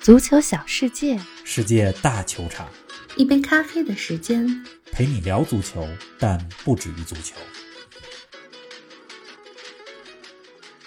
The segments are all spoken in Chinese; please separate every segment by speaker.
Speaker 1: 足球小世界，
Speaker 2: 世界大球场，
Speaker 1: 一杯咖啡的时间。
Speaker 2: 陪你聊足球，但不止于足球。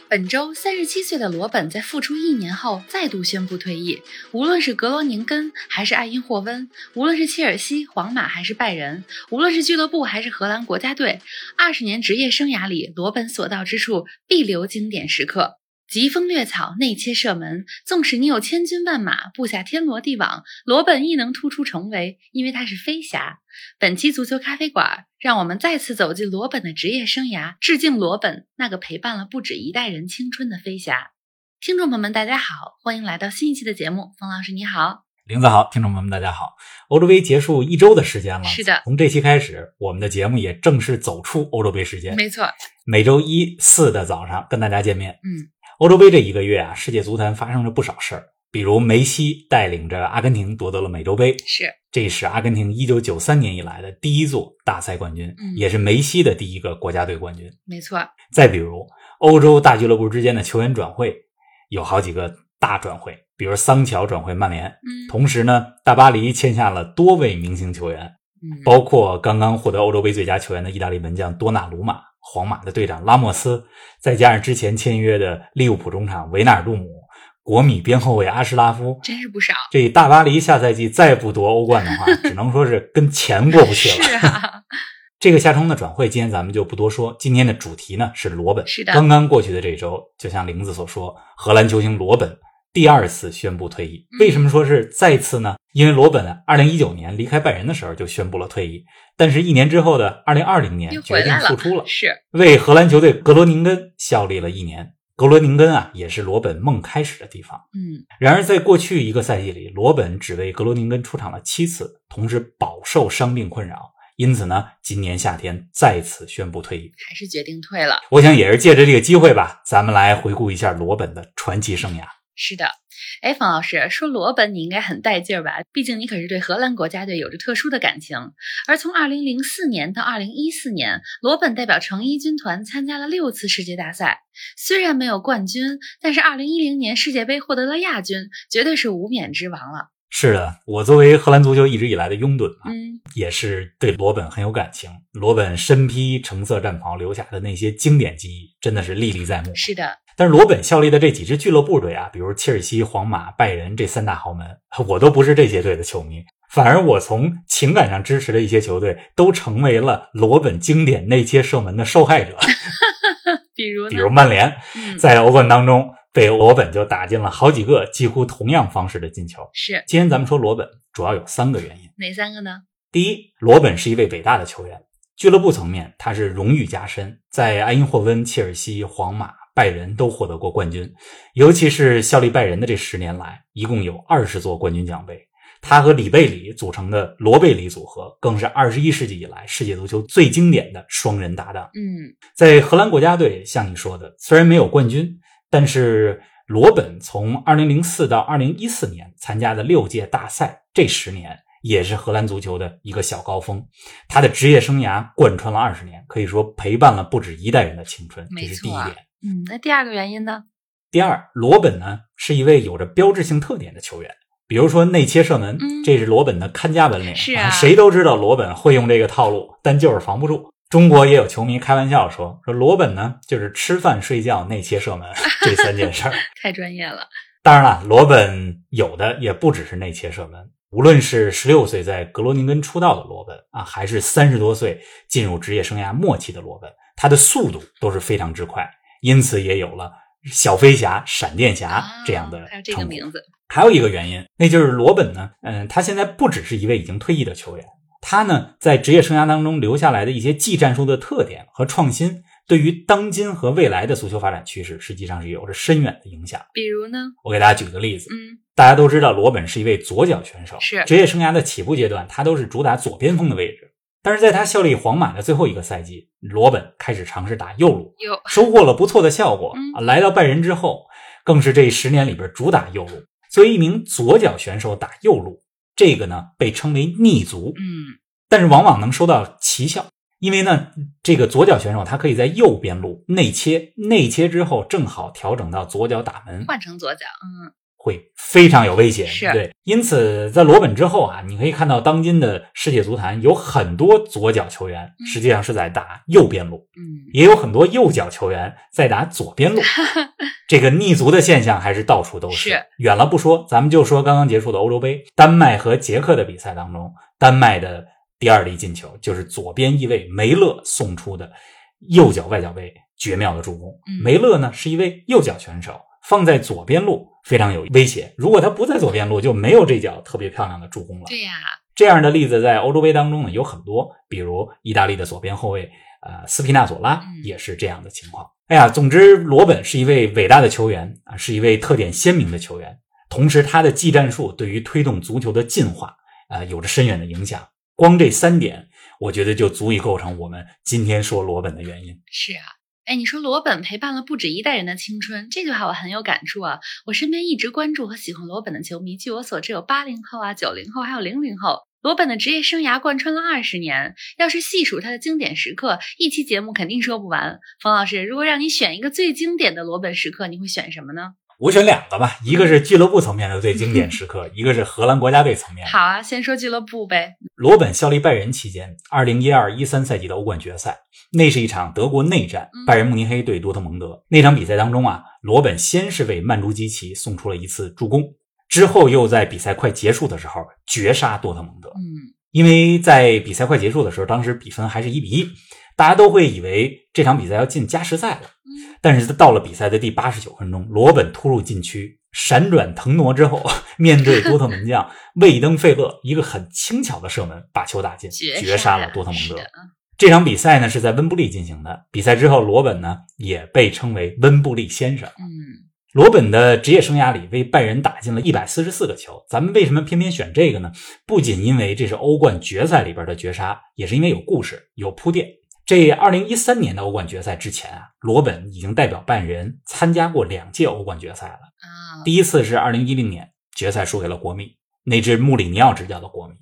Speaker 3: 本周，三十七岁的罗本在复出一年后再度宣布退役。无论是格罗宁根还是爱因霍温，无论是切尔西、皇马还是拜仁，无论是俱乐部还是荷兰国家队，二十年职业生涯里，罗本所到之处必留经典时刻。疾风掠草，内切射门，纵使你有千军万马，布下天罗地网，罗本亦能突出重围，因为他是飞侠。本期足球咖啡馆，让我们再次走进罗本的职业生涯，致敬罗本那个陪伴了不止一代人青春的飞侠。听众朋友们，大家好，欢迎来到新一期的节目。冯老师你好，
Speaker 2: 林子豪，听众朋友们，大家好！欧洲杯结束一周的时间了，
Speaker 3: 是的
Speaker 2: 从这期开始，我们的节目也正式走出欧洲杯时间，
Speaker 3: 没错，
Speaker 2: 每周一、四的早上跟大家见面。
Speaker 3: 嗯，
Speaker 2: 欧洲杯这一个月啊，世界足坛发生了不少事儿，比如梅西带领着阿根廷夺得了美洲杯，
Speaker 3: 是
Speaker 2: 这是阿根廷1993年以来的第一座大赛冠军，
Speaker 3: 嗯
Speaker 2: 也是梅西的第一个国家队冠军。
Speaker 3: 没错，
Speaker 2: 再比如，欧洲大俱乐部之间的球员转会有好几个大转会，比如桑乔转会曼联。
Speaker 3: 嗯，
Speaker 2: 同时呢，大巴黎签下了多位明星球员，
Speaker 3: 嗯
Speaker 2: 包括刚刚获得欧洲杯最佳球员的意大利门将多纳鲁马、皇马的队长拉莫斯，再加上之前签约的利物浦中场维纳尔杜姆、国米边后卫阿什拉夫，
Speaker 3: 真是不少，
Speaker 2: 这大巴黎下赛季再不夺欧冠的 话，只能说是跟钱过不去了。
Speaker 3: 是啊，
Speaker 2: 这个夏窗的转会，今天咱们就不多说。今天的主题呢是罗本。
Speaker 3: 是的
Speaker 2: 刚刚过去的这周，就像玲子所说，荷兰球星罗本第二次宣布退役。
Speaker 3: 嗯
Speaker 2: 为什么说是再次呢？因为罗本二零一九年离开拜仁的时候就宣布了退役，但是一年之后的二零二零年
Speaker 3: 又
Speaker 2: 决
Speaker 3: 回
Speaker 2: 定
Speaker 3: 来
Speaker 2: 复出了，
Speaker 3: 是
Speaker 2: 为荷兰球队格罗宁根效力了一年。格罗宁根啊，也是罗本梦开始的地方。
Speaker 3: 嗯，
Speaker 2: 然而，在过去一个赛季里，罗本只为格罗宁根出场了七次，同时饱受伤病困扰，因此呢，今年夏天再次宣布退役。
Speaker 3: 还是决定退了。
Speaker 2: 我想也是借着这个机会吧，咱们来回顾一下罗本的传奇生涯。
Speaker 3: 是的，哎，冯老师说罗本你应该很带劲儿吧？毕竟你可是对荷兰国家队有着特殊的感情。而从2004年到2014年，罗本代表成衣军团参加了六次世界大赛，虽然没有冠军，但是2010年世界杯获得了亚军，绝对是无冕之王了。
Speaker 2: 是的，我作为荷兰足球一直以来的拥趸啊，
Speaker 3: 嗯，
Speaker 2: 也是对罗本很有感情。罗本身披橙色战袍留下的那些经典记忆，真的是历历在目。
Speaker 3: 是的，
Speaker 2: 但是罗本效力的这几支俱乐部队啊，比如切尔西、皇马、拜仁这三大豪门，我都不是这些队的球迷，反而我从情感上支持的一些球队，都成为了罗本经典内切射门的受害者。
Speaker 3: 比如呢？
Speaker 2: 比如曼联
Speaker 3: 嗯，
Speaker 2: 在欧冠当中被罗本就打进了好几个几乎同样方式的进球。
Speaker 3: 是
Speaker 2: 今天咱们说罗本，主要有三个原因。
Speaker 3: 哪三个呢？
Speaker 2: 第一，罗本是一位北大的球员，俱乐部层面他是荣誉加身，在埃因霍温、切尔西、皇马、拜仁都获得过冠军，尤其是效力拜仁的这十年来，一共有二十座冠军奖杯。他和里贝里组成的罗贝里组合，更是二十一世纪以来世界足球最经典的双人搭档。
Speaker 3: 嗯，
Speaker 2: 在荷兰国家队，像你说的，虽然没有冠军，但是罗本从2004到2014年参加的六届大赛，这十年也是荷兰足球的一个小高峰。他的职业生涯贯穿了20年，可以说陪伴了不止一代人的青春。这
Speaker 3: 没
Speaker 2: 是第一
Speaker 3: 错啊
Speaker 2: 点。
Speaker 3: 嗯，那第二个原因呢？
Speaker 2: 第二，罗本呢是一位有着标志性特点的球员，比如说内切射门，
Speaker 3: 嗯
Speaker 2: 这是罗本的看家本领。
Speaker 3: 是啊
Speaker 2: 谁都知道罗本会用这个套路，但就是防不住。中国也有球迷开玩笑说，说罗本呢就是吃饭、睡觉、内切射门 这三件事儿。
Speaker 3: 太专业了。
Speaker 2: 当然了，罗本有的也不只是内切射门。无论是十六岁在格罗宁根出道的罗本啊，还是三十多岁进入职业生涯末期的罗本，他的速度都是非常之快，因此也有了小飞侠、闪电侠啊这样的
Speaker 3: 啊还有这个
Speaker 2: 称呼。
Speaker 3: 名字，
Speaker 2: 还有一个原因，那就是罗本呢，嗯，他现在不只是一位已经退役的球员，他呢在职业生涯当中留下来的一些技战术的特点和创新，对于当今和未来的足球发展趋势，实际上是有着深远的影响。
Speaker 3: 比如呢？
Speaker 2: 我给大家举个例子，
Speaker 3: 嗯，
Speaker 2: 大家都知道罗本是一位左脚选手，
Speaker 3: 是
Speaker 2: 职业生涯的起步阶段，他都是主打左边锋的位置。但是在他效力皇马的最后一个赛季，罗本开始尝试打右路，
Speaker 3: 有
Speaker 2: 收获了不错的效果。
Speaker 3: 嗯
Speaker 2: 啊来到拜仁之后，更是这十年里边主打右路。作为一名左脚选手打右路，这个呢被称为逆足，
Speaker 3: 嗯，
Speaker 2: 但是往往能收到奇效，因为呢，这个左脚选手他可以在右边路内切，内切之后正好调整到左脚打门，
Speaker 3: 换成左脚，嗯，
Speaker 2: 会非常有威胁。
Speaker 3: 是
Speaker 2: 对，因此在罗本之后啊，你可以看到当今的世界足坛有很多左脚球员
Speaker 3: 嗯
Speaker 2: 实际上是在打右边路，
Speaker 3: 嗯，
Speaker 2: 也有很多右脚球员在打左边 路。这个逆足的现象还是到处都是。
Speaker 3: 是
Speaker 2: 远了不说，咱们就说刚刚结束的欧洲杯，丹麦和捷克的比赛当中，丹麦的第二粒进球就是左边翼卫梅勒送出的右脚外脚背绝妙的助攻。
Speaker 3: 嗯
Speaker 2: 梅勒呢是一位右脚选手，放在左边路非常有威胁。如果他不在左边路，就没有这脚特别漂亮的助攻了。
Speaker 3: 对呀、
Speaker 2: 这样的例子在欧洲杯当中呢有很多，比如意大利的左边后卫呃斯皮纳佐拉
Speaker 3: 嗯
Speaker 2: 也是这样的情况。哎呀，总之罗本是一位伟大的球员啊，是一位特点鲜明的球员，同时他的技战术对于推动足球的进化呃有着深远的影响。光这三点，我觉得就足以构成我们今天说罗本的原因。
Speaker 3: 是啊，哎，你说罗本陪伴了不止一代人的青春，这句话我很有感触啊。我身边一直关注和喜欢罗本的球迷，据我所知有八零后啊、九零后，还有零零后。罗本的职业生涯贯穿了二十年，要是细数他的经典时刻，一期节目肯定说不完。冯老师，如果让你选一个最经典的罗本时刻，你会选什么呢？
Speaker 2: 我选两个吧，一个是俱乐部层面的最经典时刻，一个是荷兰国家队层面的。
Speaker 3: 好啊，先说俱乐部呗。
Speaker 2: 罗本效力拜仁期间，二零一二一三赛季的欧冠决赛，那是一场德国内战
Speaker 3: 嗯，
Speaker 2: 拜仁慕尼黑对多特蒙德。那场比赛当中啊，罗本先是为曼朱基奇送出了一次助攻，之后又在比赛快结束的时候绝杀多特蒙德。
Speaker 3: 嗯，
Speaker 2: 因为在比赛快结束的时候，当时比分还是一比一，大家都会以为这场比赛要进加时赛了。
Speaker 3: 嗯
Speaker 2: 但是到了比赛的第八十九分钟，罗本突入禁区，闪转腾挪之后， 面对多特门将魏登费勒一个很轻巧的射门，把球打进，
Speaker 3: 绝
Speaker 2: 绝杀了多特蒙
Speaker 3: 是
Speaker 2: 德
Speaker 3: 的。
Speaker 2: 这场比赛呢是在温布利进行的，比赛之后，罗本呢也被称为温布利先生。
Speaker 3: 嗯，
Speaker 2: 罗本的职业生涯里为拜仁打进了一百四十四个球。咱们为什么偏偏选这个呢？不仅因为这是欧冠决赛里边的绝杀，也是因为有故事、有铺垫。这二零一三年的欧冠决赛之前啊，罗本已经代表拜仁参加过两届欧冠决赛了。
Speaker 3: 啊，
Speaker 2: 第一次是二零一零年决赛输给了国米，那支穆里尼奥执教的国米；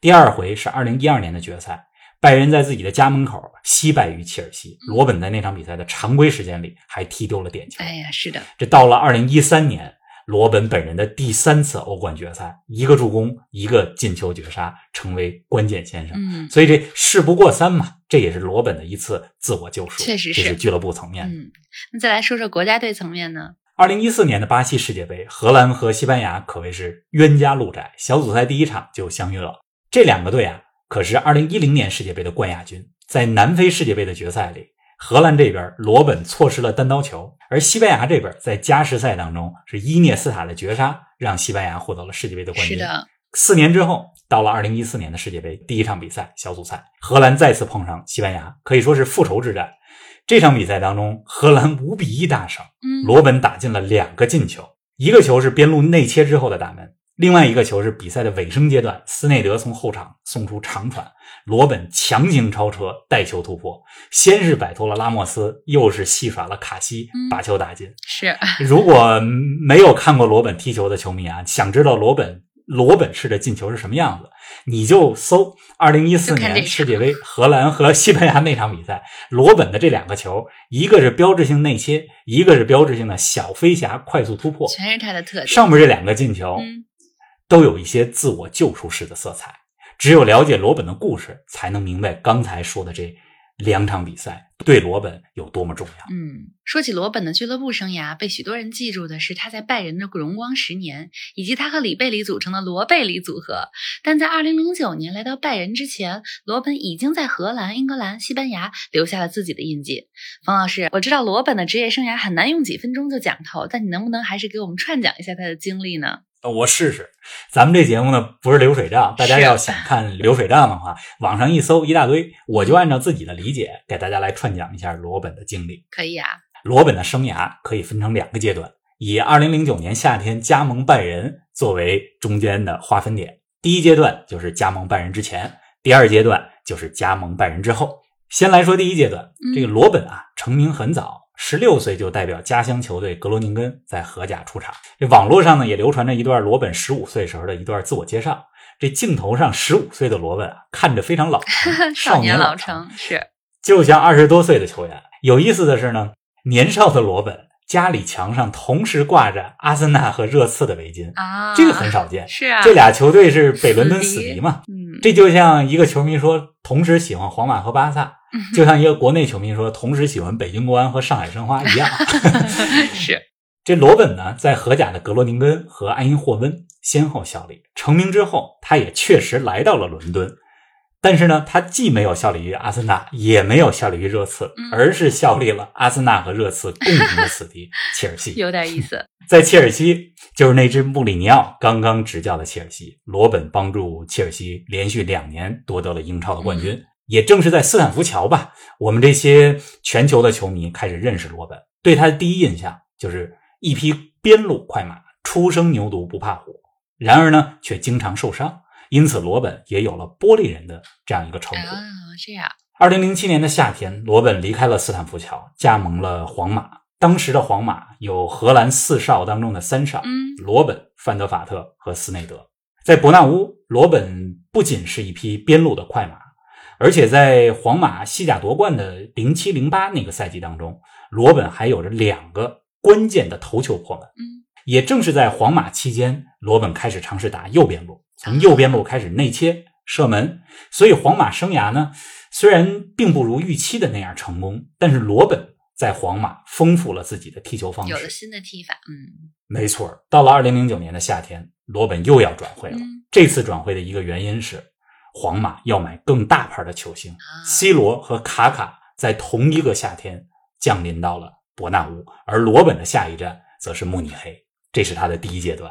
Speaker 2: 第二回是二零一二年的决赛，拜仁在自己的家门口惜败于切尔西。罗本在那场比赛的常规时间里还踢丢了点球。
Speaker 3: 哎呀，是的，
Speaker 2: 这到了二零一三年，罗本本人的第三次欧冠决赛，一个助攻，一个进球绝杀，成为关键先生。
Speaker 3: 嗯
Speaker 2: 所以这事不过三嘛，这也是罗本的一次自我救赎。
Speaker 3: 确实
Speaker 2: 这
Speaker 3: 是
Speaker 2: 是俱乐部层面。
Speaker 3: 嗯。那再来说说国家队层面呢？
Speaker 2: 二零一四年的巴西世界杯，荷兰和西班牙可谓是冤家路窄，小组赛第一场就相遇了。这两个队啊，可是二零一零年世界杯的冠亚军。在南非世界杯的决赛里，荷兰这边罗本错失了单刀球，而西班牙这边在加时赛当中是伊涅斯塔的绝杀，让西班牙获得了世界杯的冠
Speaker 3: 是
Speaker 2: 军。
Speaker 3: 的，
Speaker 2: 四年之后，到了二零一四年的世界杯第一场比赛小组赛，荷兰再次碰上西班牙，可以说是复仇之战。这场比赛当中，荷兰五比一大胜。
Speaker 3: 嗯，
Speaker 2: 罗本打进了两个进球，一个球是边路内切之后的打门，另外一个球是比赛的尾声阶段，斯内德从后场送出长传，罗本强行超车带球突破，先是摆脱了拉莫斯，又是戏耍了卡西
Speaker 3: 嗯，
Speaker 2: 把球打进。
Speaker 3: 是
Speaker 2: 如果没有看过罗本踢球的球迷啊，想知道罗本罗本式的进球是什么样子，你就搜二零一四
Speaker 3: 就看这
Speaker 2: 年
Speaker 3: 场
Speaker 2: 世界杯荷兰和西班牙那场比赛，罗本的这两个球，一个是标志性内切，一个是标志性的小飞侠快速突破。
Speaker 3: 全是他的特点。
Speaker 2: 上面这两个进球
Speaker 3: 嗯
Speaker 2: 都有一些自我救赎式的色彩，只有了解罗本的故事，才能明白刚才说的这两场比赛对罗本有多么重要。
Speaker 3: 嗯，说起罗本的俱乐部生涯，被许多人记住的是他在拜仁的荣光十年，以及他和里贝里组成的罗贝里组合。但在2009年来到拜仁之前，罗本已经在荷兰、英格兰、西班牙留下了自己的印记。方老师，我知道罗本的职业生涯很难用几分钟就讲透，但你能不能还是给我们串讲一下他的经历呢？
Speaker 2: 呃我试试。咱们这节目呢不是流水账，大家
Speaker 3: 是
Speaker 2: 要想看流水账的话，网上一搜一大堆，我就按照自己的理解给大家来串讲一下罗本的经历。
Speaker 3: 可以啊，
Speaker 2: 罗本的生涯可以分成两个阶段，以2009年夏天加盟拜仁作为中间的划分点。第一阶段就是加盟拜仁之前，第二阶段就是加盟拜仁之后。先来说第一阶段
Speaker 3: 嗯，
Speaker 2: 这个罗本啊成名很早，十六岁就代表家乡球队格罗宁根在荷甲出场。这网络上呢也流传着一段罗本十五岁时候的一段自我介绍。这镜头上十五岁的罗本啊，看着非常老成，
Speaker 3: 少年
Speaker 2: 老
Speaker 3: 老成是
Speaker 2: 就像二十多岁的球员。有意思的是呢，年少的罗本家里墙上同时挂着阿森纳和热刺的围巾，
Speaker 3: 啊，
Speaker 2: 这个很少见。
Speaker 3: 是啊，
Speaker 2: 这俩球队是北伦敦死
Speaker 3: 死敌
Speaker 2: 敌嘛？
Speaker 3: 嗯，
Speaker 2: 这就像一个球迷说同时喜欢皇马和巴萨，
Speaker 3: 嗯
Speaker 2: 就像一个国内球迷说同时喜欢北京国安和上海申花一 样。
Speaker 3: 是
Speaker 2: 这罗本呢，在荷甲的格罗宁根和埃因霍温先后效力。成名之后，他也确实来到了伦敦，但是呢，他既没有效力于阿森纳，也没有效力于热刺
Speaker 3: 嗯，
Speaker 2: 而是效力了阿森纳和热刺共同的死敌切尔西。
Speaker 3: 有点意 思。
Speaker 2: 在切尔西，就是那支穆里尼奥刚刚执教的切尔西，罗本帮助切尔西连续两年夺得了英超的冠军。也正是在斯坦福桥吧，我们这些全球的球迷开始认识罗本，对他的第一印象就是一匹边路快马，初生牛犊不怕虎。然而呢，却经常受伤，因此罗本也有了“玻璃人”的这样一个称呼。
Speaker 3: 啊，这样，
Speaker 2: 二零零七年的夏天，罗本离开了斯坦福桥，加盟了皇马。当时的皇马有荷兰四少当中的三少，
Speaker 3: 嗯
Speaker 2: 罗本、范德法特和斯内德。在伯纳乌，罗本不仅是一匹边路的快马，而且在皇马西甲夺冠的零七零八那个赛季当中，罗本还有着两个关键的头球破门。
Speaker 3: 嗯，
Speaker 2: 也正是在皇马期间，罗本开始尝试打右边路，从右边路开始内切射门。所以皇马生涯呢，虽然并不如预期的那样成功，但是罗本在皇马丰富了自己的踢球方
Speaker 3: 有了
Speaker 2: 式。
Speaker 3: 新的踢法，嗯
Speaker 2: 没错儿，到了二零零九年的夏天，罗本又要转会了。
Speaker 3: 嗯
Speaker 2: 这次转会的一个原因是，皇马要买更大牌的球星
Speaker 3: 啊
Speaker 2: ，C 罗和卡卡在同一个夏天降临到了伯纳乌，而罗本的下一站则是慕尼黑，这是他的第一阶段。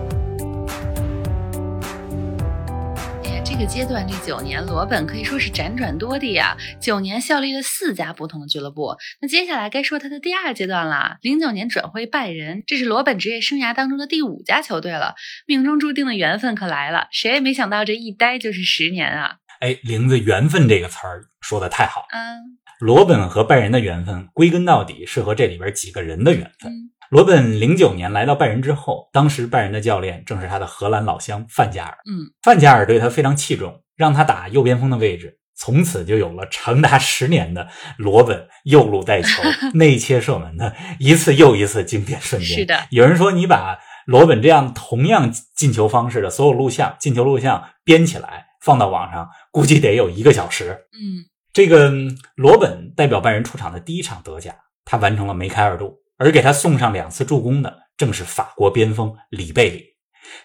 Speaker 3: 哎呀，这个阶段这九年，罗本可以说是辗转多地呀。九年效力了四家不同的俱乐部，那接下来该说他的第二阶段了。零九年转会拜仁，这是罗本职业生涯当中的第五家球队了。命中注定的缘分可来了，谁也没想到这一待就是十年啊！
Speaker 2: 哎，玲子，缘分这个词儿说的太好了。
Speaker 3: 嗯
Speaker 2: 罗本和拜仁的缘分，归根到底是和这里边几个人的缘分。
Speaker 3: 嗯
Speaker 2: 罗本零九年来到拜仁之后，当时拜仁的教练正是他的荷兰老乡范加尔。
Speaker 3: 嗯，
Speaker 2: 范加尔对他非常器重，让他打右边锋的位置，从此就有了长达十年的罗本右路带 球、内切射门的一次又一次经典瞬间。
Speaker 3: 是的，
Speaker 2: 有人说你把罗本这样同样进球方式的所有录像、进球录像编起来放到网上，估计得有一个小时。
Speaker 3: 嗯
Speaker 2: 这个嗯罗本代表拜仁出场的第一场德甲，他完成了梅开二度，而给他送上两次助攻的正是法国边锋里贝里。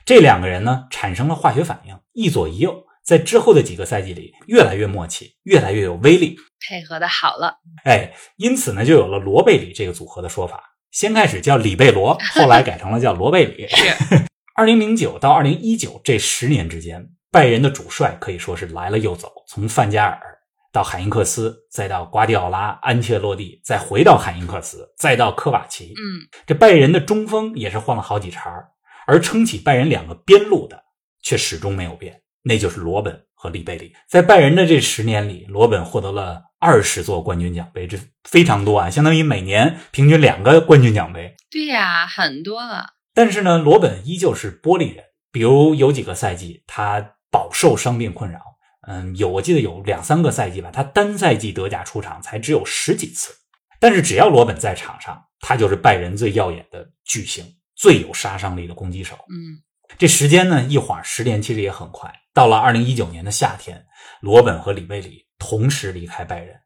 Speaker 2: 这两个人呢，产生了化学反应，一左一右，在之后的几个赛季里越来越默契，越来越有威力。
Speaker 3: 配合的好了，
Speaker 2: 哎，因此呢，就有了罗贝里这个组合的说法。先开始叫里贝罗，后来改成了叫罗贝里。
Speaker 3: 是
Speaker 2: 二零零九到二零一九这十年之间，拜仁的主帅可以说是来了又走，从范加尔到海因克斯，再到瓜迪奥拉、安切洛蒂，再回到海因克斯，再到科瓦奇。
Speaker 3: 嗯
Speaker 2: 这拜仁的中锋也是换了好几茬儿，而撑起拜仁两个边路的却始终没有变，那就是罗本和里贝里。在拜仁的这十年里，罗本获得了二十座冠军奖杯，这非常多啊，相当于每年平均两个冠军奖杯。
Speaker 3: 对呀、很多了，
Speaker 2: 但是呢，罗本依旧是玻璃人。比如有几个赛季，他饱受伤病困扰，嗯，有我记得有两三个赛季吧，他单赛季德甲出场才只有十几次。但是只要罗本在场上，他就是拜仁最耀眼的巨星，最有杀伤力的攻击手。
Speaker 3: 嗯
Speaker 2: 这时间呢，一晃十年其实也很快。到了二零一九年的夏天，罗本和里贝里同时离开拜仁，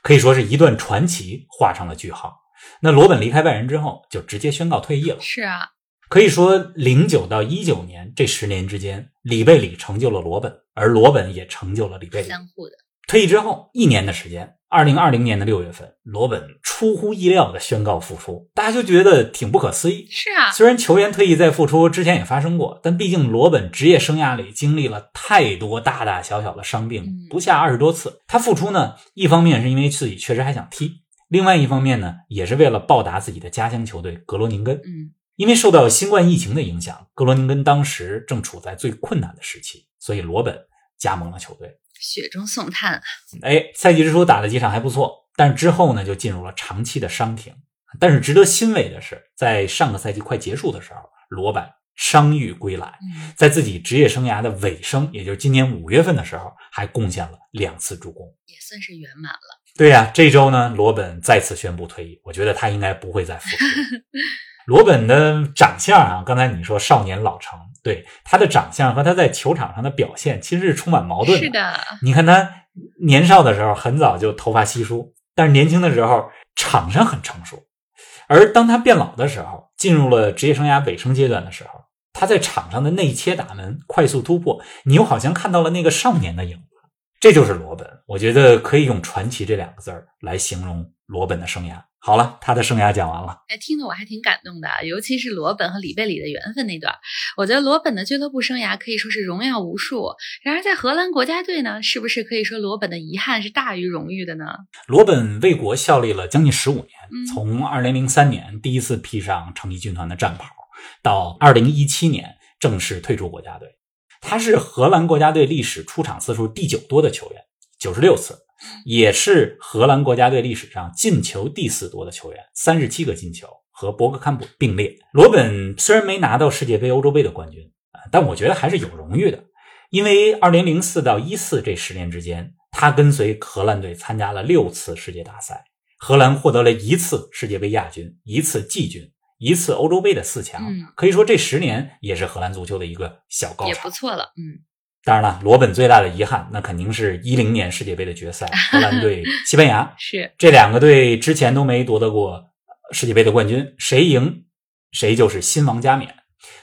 Speaker 2: 可以说是一段传奇画上了句号。那罗本离开拜仁之后，就直接宣告退役了。
Speaker 3: 是啊，
Speaker 2: 可以说，零九到一九年这十年之间，里贝里成就了罗本，而罗本也成就了里贝里。
Speaker 3: 相互的，
Speaker 2: 退役之后一年的时间，二零二零年的六月份，罗本出乎意料的宣告复出，大家就觉得挺不可思议。
Speaker 3: 是啊，
Speaker 2: 虽然球员退役再复出之前也发生过，但毕竟罗本职业生涯里经历了太多大大小小的伤病
Speaker 3: 嗯，
Speaker 2: 不下二十多次。他复出呢，一方面是因为自己确实还想踢，另外一方面呢，也是为了报答自己的家乡球队格罗宁根。
Speaker 3: 嗯
Speaker 2: 因为受到新冠疫情的影响，格罗宁根当时正处在最困难的时期，所以罗本加盟了球队。
Speaker 3: 雪中送炭啊，
Speaker 2: 哎，赛季之初打的几场还不错，但之后呢就进入了长期的伤停。但是值得欣慰的是，在上个赛季快结束的时候，罗板伤愈归来，
Speaker 3: 嗯，
Speaker 2: 在自己职业生涯的尾声，也就是今年五月份的时候，还贡献了两次助攻。
Speaker 3: 也算是圆满了。
Speaker 2: 对呀、这周呢，罗本再次宣布退役，我觉得他应该不会再 复出。罗本的长相啊，刚才你说少年老成，对他的长相和他在球场上的表现其实是充满矛盾
Speaker 3: 是的，
Speaker 2: 你看他年少的时候很早就头发稀疏，但是年轻的时候场上很成熟。而当他变老的时候，进入了职业生涯尾声阶段的时候，他在场上的内切打门、快速突破，你又好像看到了那个少年的影子。这就是罗本，我觉得可以用“传奇”这两个字儿来形容罗本的生涯。好了，他的生涯讲完了。
Speaker 3: 哎，听得我还挺感动的啊，尤其是罗本和里贝里的缘分那段儿，我觉得罗本的俱乐部生涯可以说是荣耀无数。然而在荷兰国家队呢，是不是可以说罗本的遗憾是大于荣誉的呢？
Speaker 2: 罗本为国效力了将近十五年
Speaker 3: 嗯，
Speaker 2: 从二零零三年第一次披上成衣军团的战袍，到二零一七年正式退出国家队。他是荷兰国家队历史出场次数第九多的球员，九十六次，也是荷兰国家队历史上进球第四多的球员，三十七个进球，和博格坎普并列。罗本虽然没拿到世界杯、欧洲杯的冠军，啊但我觉得还是有荣誉的。因为二零零四到一四这十年之间，他跟随荷兰队参加了六次世界大赛，荷兰获得了一次世界杯亚军、一次季军、一次欧洲杯的四强。
Speaker 3: 嗯
Speaker 2: 可以说这十年也是荷兰足球的一个小高
Speaker 3: 也
Speaker 2: 潮
Speaker 3: 不。错了，嗯，
Speaker 2: 当然了，罗本最大的遗憾，那肯定是一零年世界杯的决 赛，荷兰对西班牙。
Speaker 3: 是
Speaker 2: 这两个队之前都没夺得过呃世界杯的冠军，谁赢谁就是新王加冕。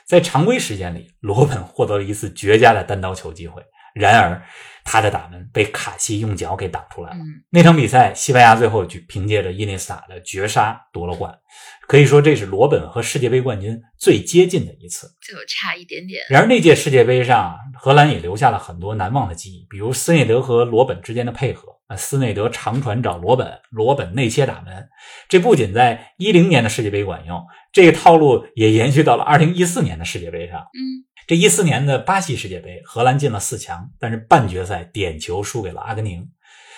Speaker 2: 在常规时间里，罗本获得了一次绝佳的单刀球机会，然而他的打门被卡西用脚给挡出来了。
Speaker 3: 嗯，
Speaker 2: 那场比赛，西班牙最后就凭借着伊涅斯塔的绝杀夺了冠，可以说这是罗本和世界杯冠军最接近的一次。
Speaker 3: 就差一点点。
Speaker 2: 然而那届世界杯上啊，荷兰也留下了很多难忘的记忆，比如斯内德和罗本之间的配合，啊，斯内德长传找罗本，罗本内切打门，这不仅在一零年的世界杯管用，这个套路也延续到了二零一四年的世界杯上。
Speaker 3: 嗯，
Speaker 2: 这一四年的巴西世界杯，荷兰进了四强，但是半决赛点球输给了阿根廷，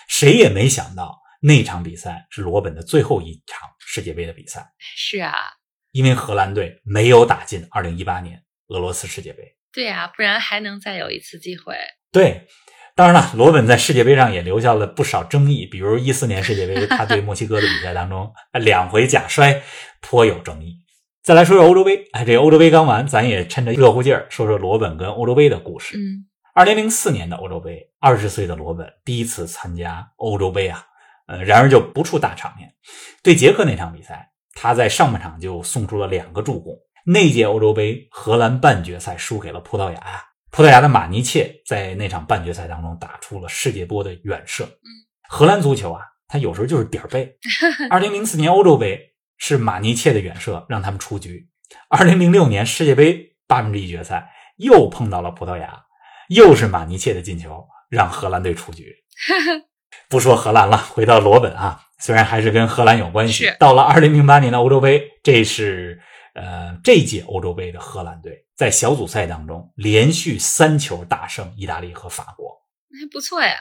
Speaker 2: 谁也没想到那场比赛是罗本的最后一场世界杯的比赛。
Speaker 3: 是啊，
Speaker 2: 因为荷兰队没有打进2018年俄罗斯世界杯，
Speaker 3: 对啊，不然还能再有一次机会。
Speaker 2: 对，当然了，罗本在世界杯上也留下了不少争议，比如一四年世界杯，他对墨西哥的比赛当中呃两回假摔，颇有争议。再来说说欧洲杯，哎，这欧洲杯刚完，咱也趁着热乎劲儿说说罗本跟欧洲杯的故事。
Speaker 3: 嗯，
Speaker 2: 二零零四年的欧洲杯，二十岁的罗本第一次参加欧洲杯啊，呃，然而就不出大场面。对捷克那场比赛，他在上半场就送出了两个助攻。那届欧洲杯，荷兰半决赛输给了葡萄牙呀。葡萄牙的马尼切在那场半决赛当中打出了世界波的远射。荷兰足球啊，它有时候就是点儿背。二零零四年欧洲杯是马尼切的远射让他们出局。二零零六年世界杯八分之一决赛又碰到了葡萄牙，又是马尼切的进球让荷兰队出局。不说荷兰了，回到罗本啊，虽然还是跟荷兰有关系
Speaker 3: 是。
Speaker 2: 到了二零零八年的欧洲杯，这是呃这届欧洲杯的荷兰队在小组赛当中连续三球大胜意大利和法国。
Speaker 3: 那还不错呀。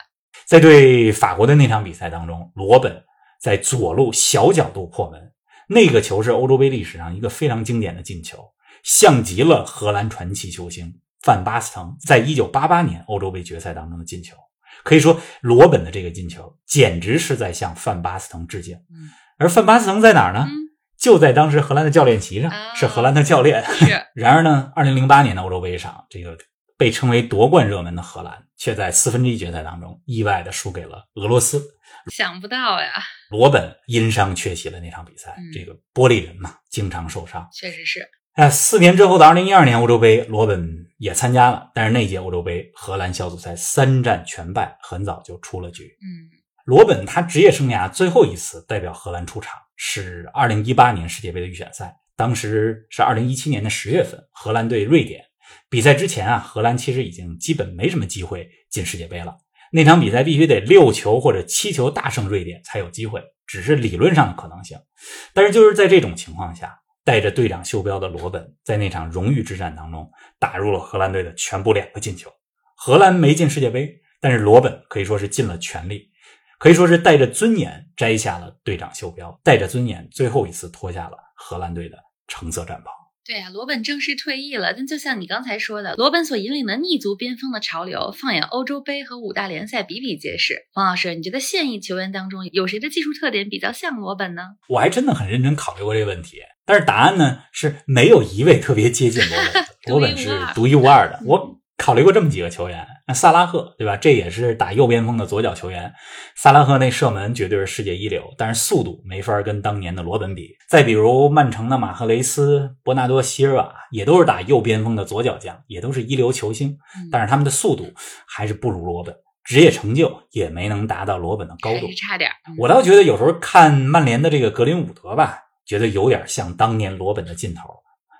Speaker 2: 在对法国的那场比赛当中，罗本在左路小角度破门，那个球是欧洲杯历史上一个非常经典的进球，像极了荷兰传奇球星范巴斯滕在1988年欧洲杯决赛当中的进球。可以说，罗本的这个进球简直是在向范巴斯滕致敬。
Speaker 3: 嗯
Speaker 2: 而范巴斯滕在哪儿呢？
Speaker 3: 嗯，
Speaker 2: 就在当时荷兰的教练席上，
Speaker 3: 啊
Speaker 2: 是荷兰的教练。
Speaker 3: 是
Speaker 2: 然而呢，二零零八年的欧洲杯上，这个被称为夺冠热门的荷兰，却在四分之一决赛当中意外的输给了俄罗斯。
Speaker 3: 想不到呀，
Speaker 2: 罗本因伤缺席了那场比赛，
Speaker 3: 嗯
Speaker 2: 这个玻璃人嘛，经常受伤。
Speaker 3: 确实是。
Speaker 2: 哎，四年之后的二零一二年欧洲杯，罗本也参加了，但是那届欧洲杯，荷兰小组赛三战全败，很早就出了局。
Speaker 3: 嗯，
Speaker 2: 罗本他职业生涯最后一次代表荷兰出场是二零一八年世界杯的预选赛，当时是二零一七年的十月份，荷兰对瑞典。比赛之前啊，荷兰其实已经基本没什么机会进世界杯了。那场比赛必须得六球或者七球大胜瑞典才有机会，只是理论上的可能性。但是就是在这种情况下，带着队长袖标的罗本在那场荣誉之战当中打入了荷兰队的全部两个进球。荷兰没进世界杯，但是罗本可以说是尽了全力，可以说是带着尊严摘下了队长袖标，带着尊严最后一次脱下了荷兰队的橙色战袍。
Speaker 3: 对啊，罗本正式退役了。但就像你刚才说的，罗本所引领的逆足边锋的潮流，放眼欧洲杯和五大联赛比比皆是。王老师，你觉得现役球员当中有谁的技术特点比较像罗本呢？
Speaker 2: 我还真的很认真考虑过这个问题，但是答案呢是没有一位特别接近 罗本的，罗本是独一无二嗯的。我考虑过这么几个球员，那萨拉赫对吧？这也是打右边锋的左脚球员，萨拉赫那射门绝对是世界一流，但是速度没法跟当年的罗本比。再比如曼城的马赫雷斯、伯纳多·席尔瓦，也都是打右边锋的左脚将，也都是一流球星，
Speaker 3: 嗯
Speaker 2: 但是他们的速度还是不如罗本。职业成就也没能达到罗本的高度，
Speaker 3: 差点。嗯、
Speaker 2: 我倒觉得有时候看曼联的这个格林伍德吧，觉得有点像当年罗本的劲头，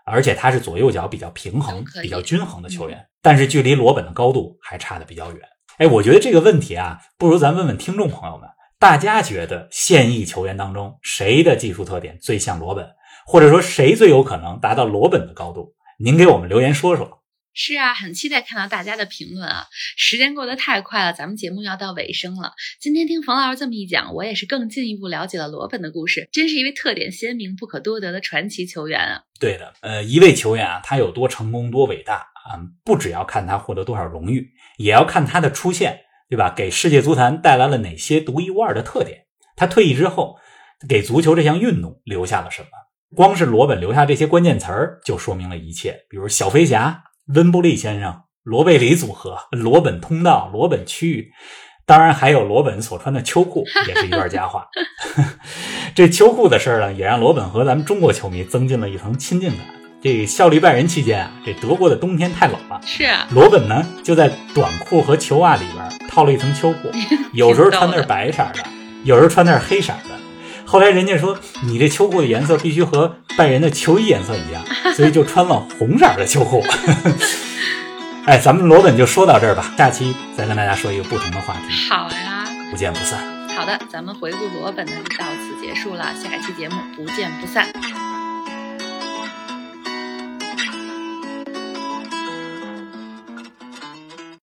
Speaker 2: 而且他是左右脚比较平衡、比较均衡的球员，
Speaker 3: 嗯、
Speaker 2: 但是距离罗本的高度还差得比较远。哎，我觉得这个问题啊，不如咱问问听众朋友们，大家觉得现役球员当中谁的技术特点最像罗本，或者说谁最有可能达到罗本的高度？您给我们留言说说。
Speaker 3: 是啊，很期待看到大家的评论啊！时间过得太快了，咱们节目要到尾声了。今天听冯老师这么一讲，我也是更进一步了解了罗本的故事，真是一位特点鲜明、不可多得的传奇球员啊！
Speaker 2: 对的，呃，一位球员啊，他有多成功、多伟大啊、嗯，不只要看他获得多少荣誉，也要看他的出现，对吧？给世界足坛带来了哪些独一无二的特点？他退役之后，给足球这项运动留下了什么？光是罗本留下这些关键词儿，就说明了一切，比如小飞侠。温布利先生、罗贝里组合、罗本通道、罗本区域，当然还有罗本所穿的秋裤，也是一段佳话。这秋裤的事儿呢，也让罗本和咱们中国球迷增进了一层亲近感。这效力拜仁期间啊，这德国的冬天太冷了，
Speaker 3: 是啊，
Speaker 2: 罗本呢就在短裤和球袜里边套了一层秋裤，有时候穿的是白色的，有时候穿的是黑色的。后来人家说你这秋裤的颜色必须和拜仁的球衣颜色一样，所以就穿了红色的秋裤。 哎，咱们罗本就说到这儿吧，下期再跟大家说一个不同的话题。
Speaker 3: 好呀、啊，
Speaker 2: 不见不散。
Speaker 3: 好的，咱们回顾罗本呢就到此结束了，下期节目不见不散。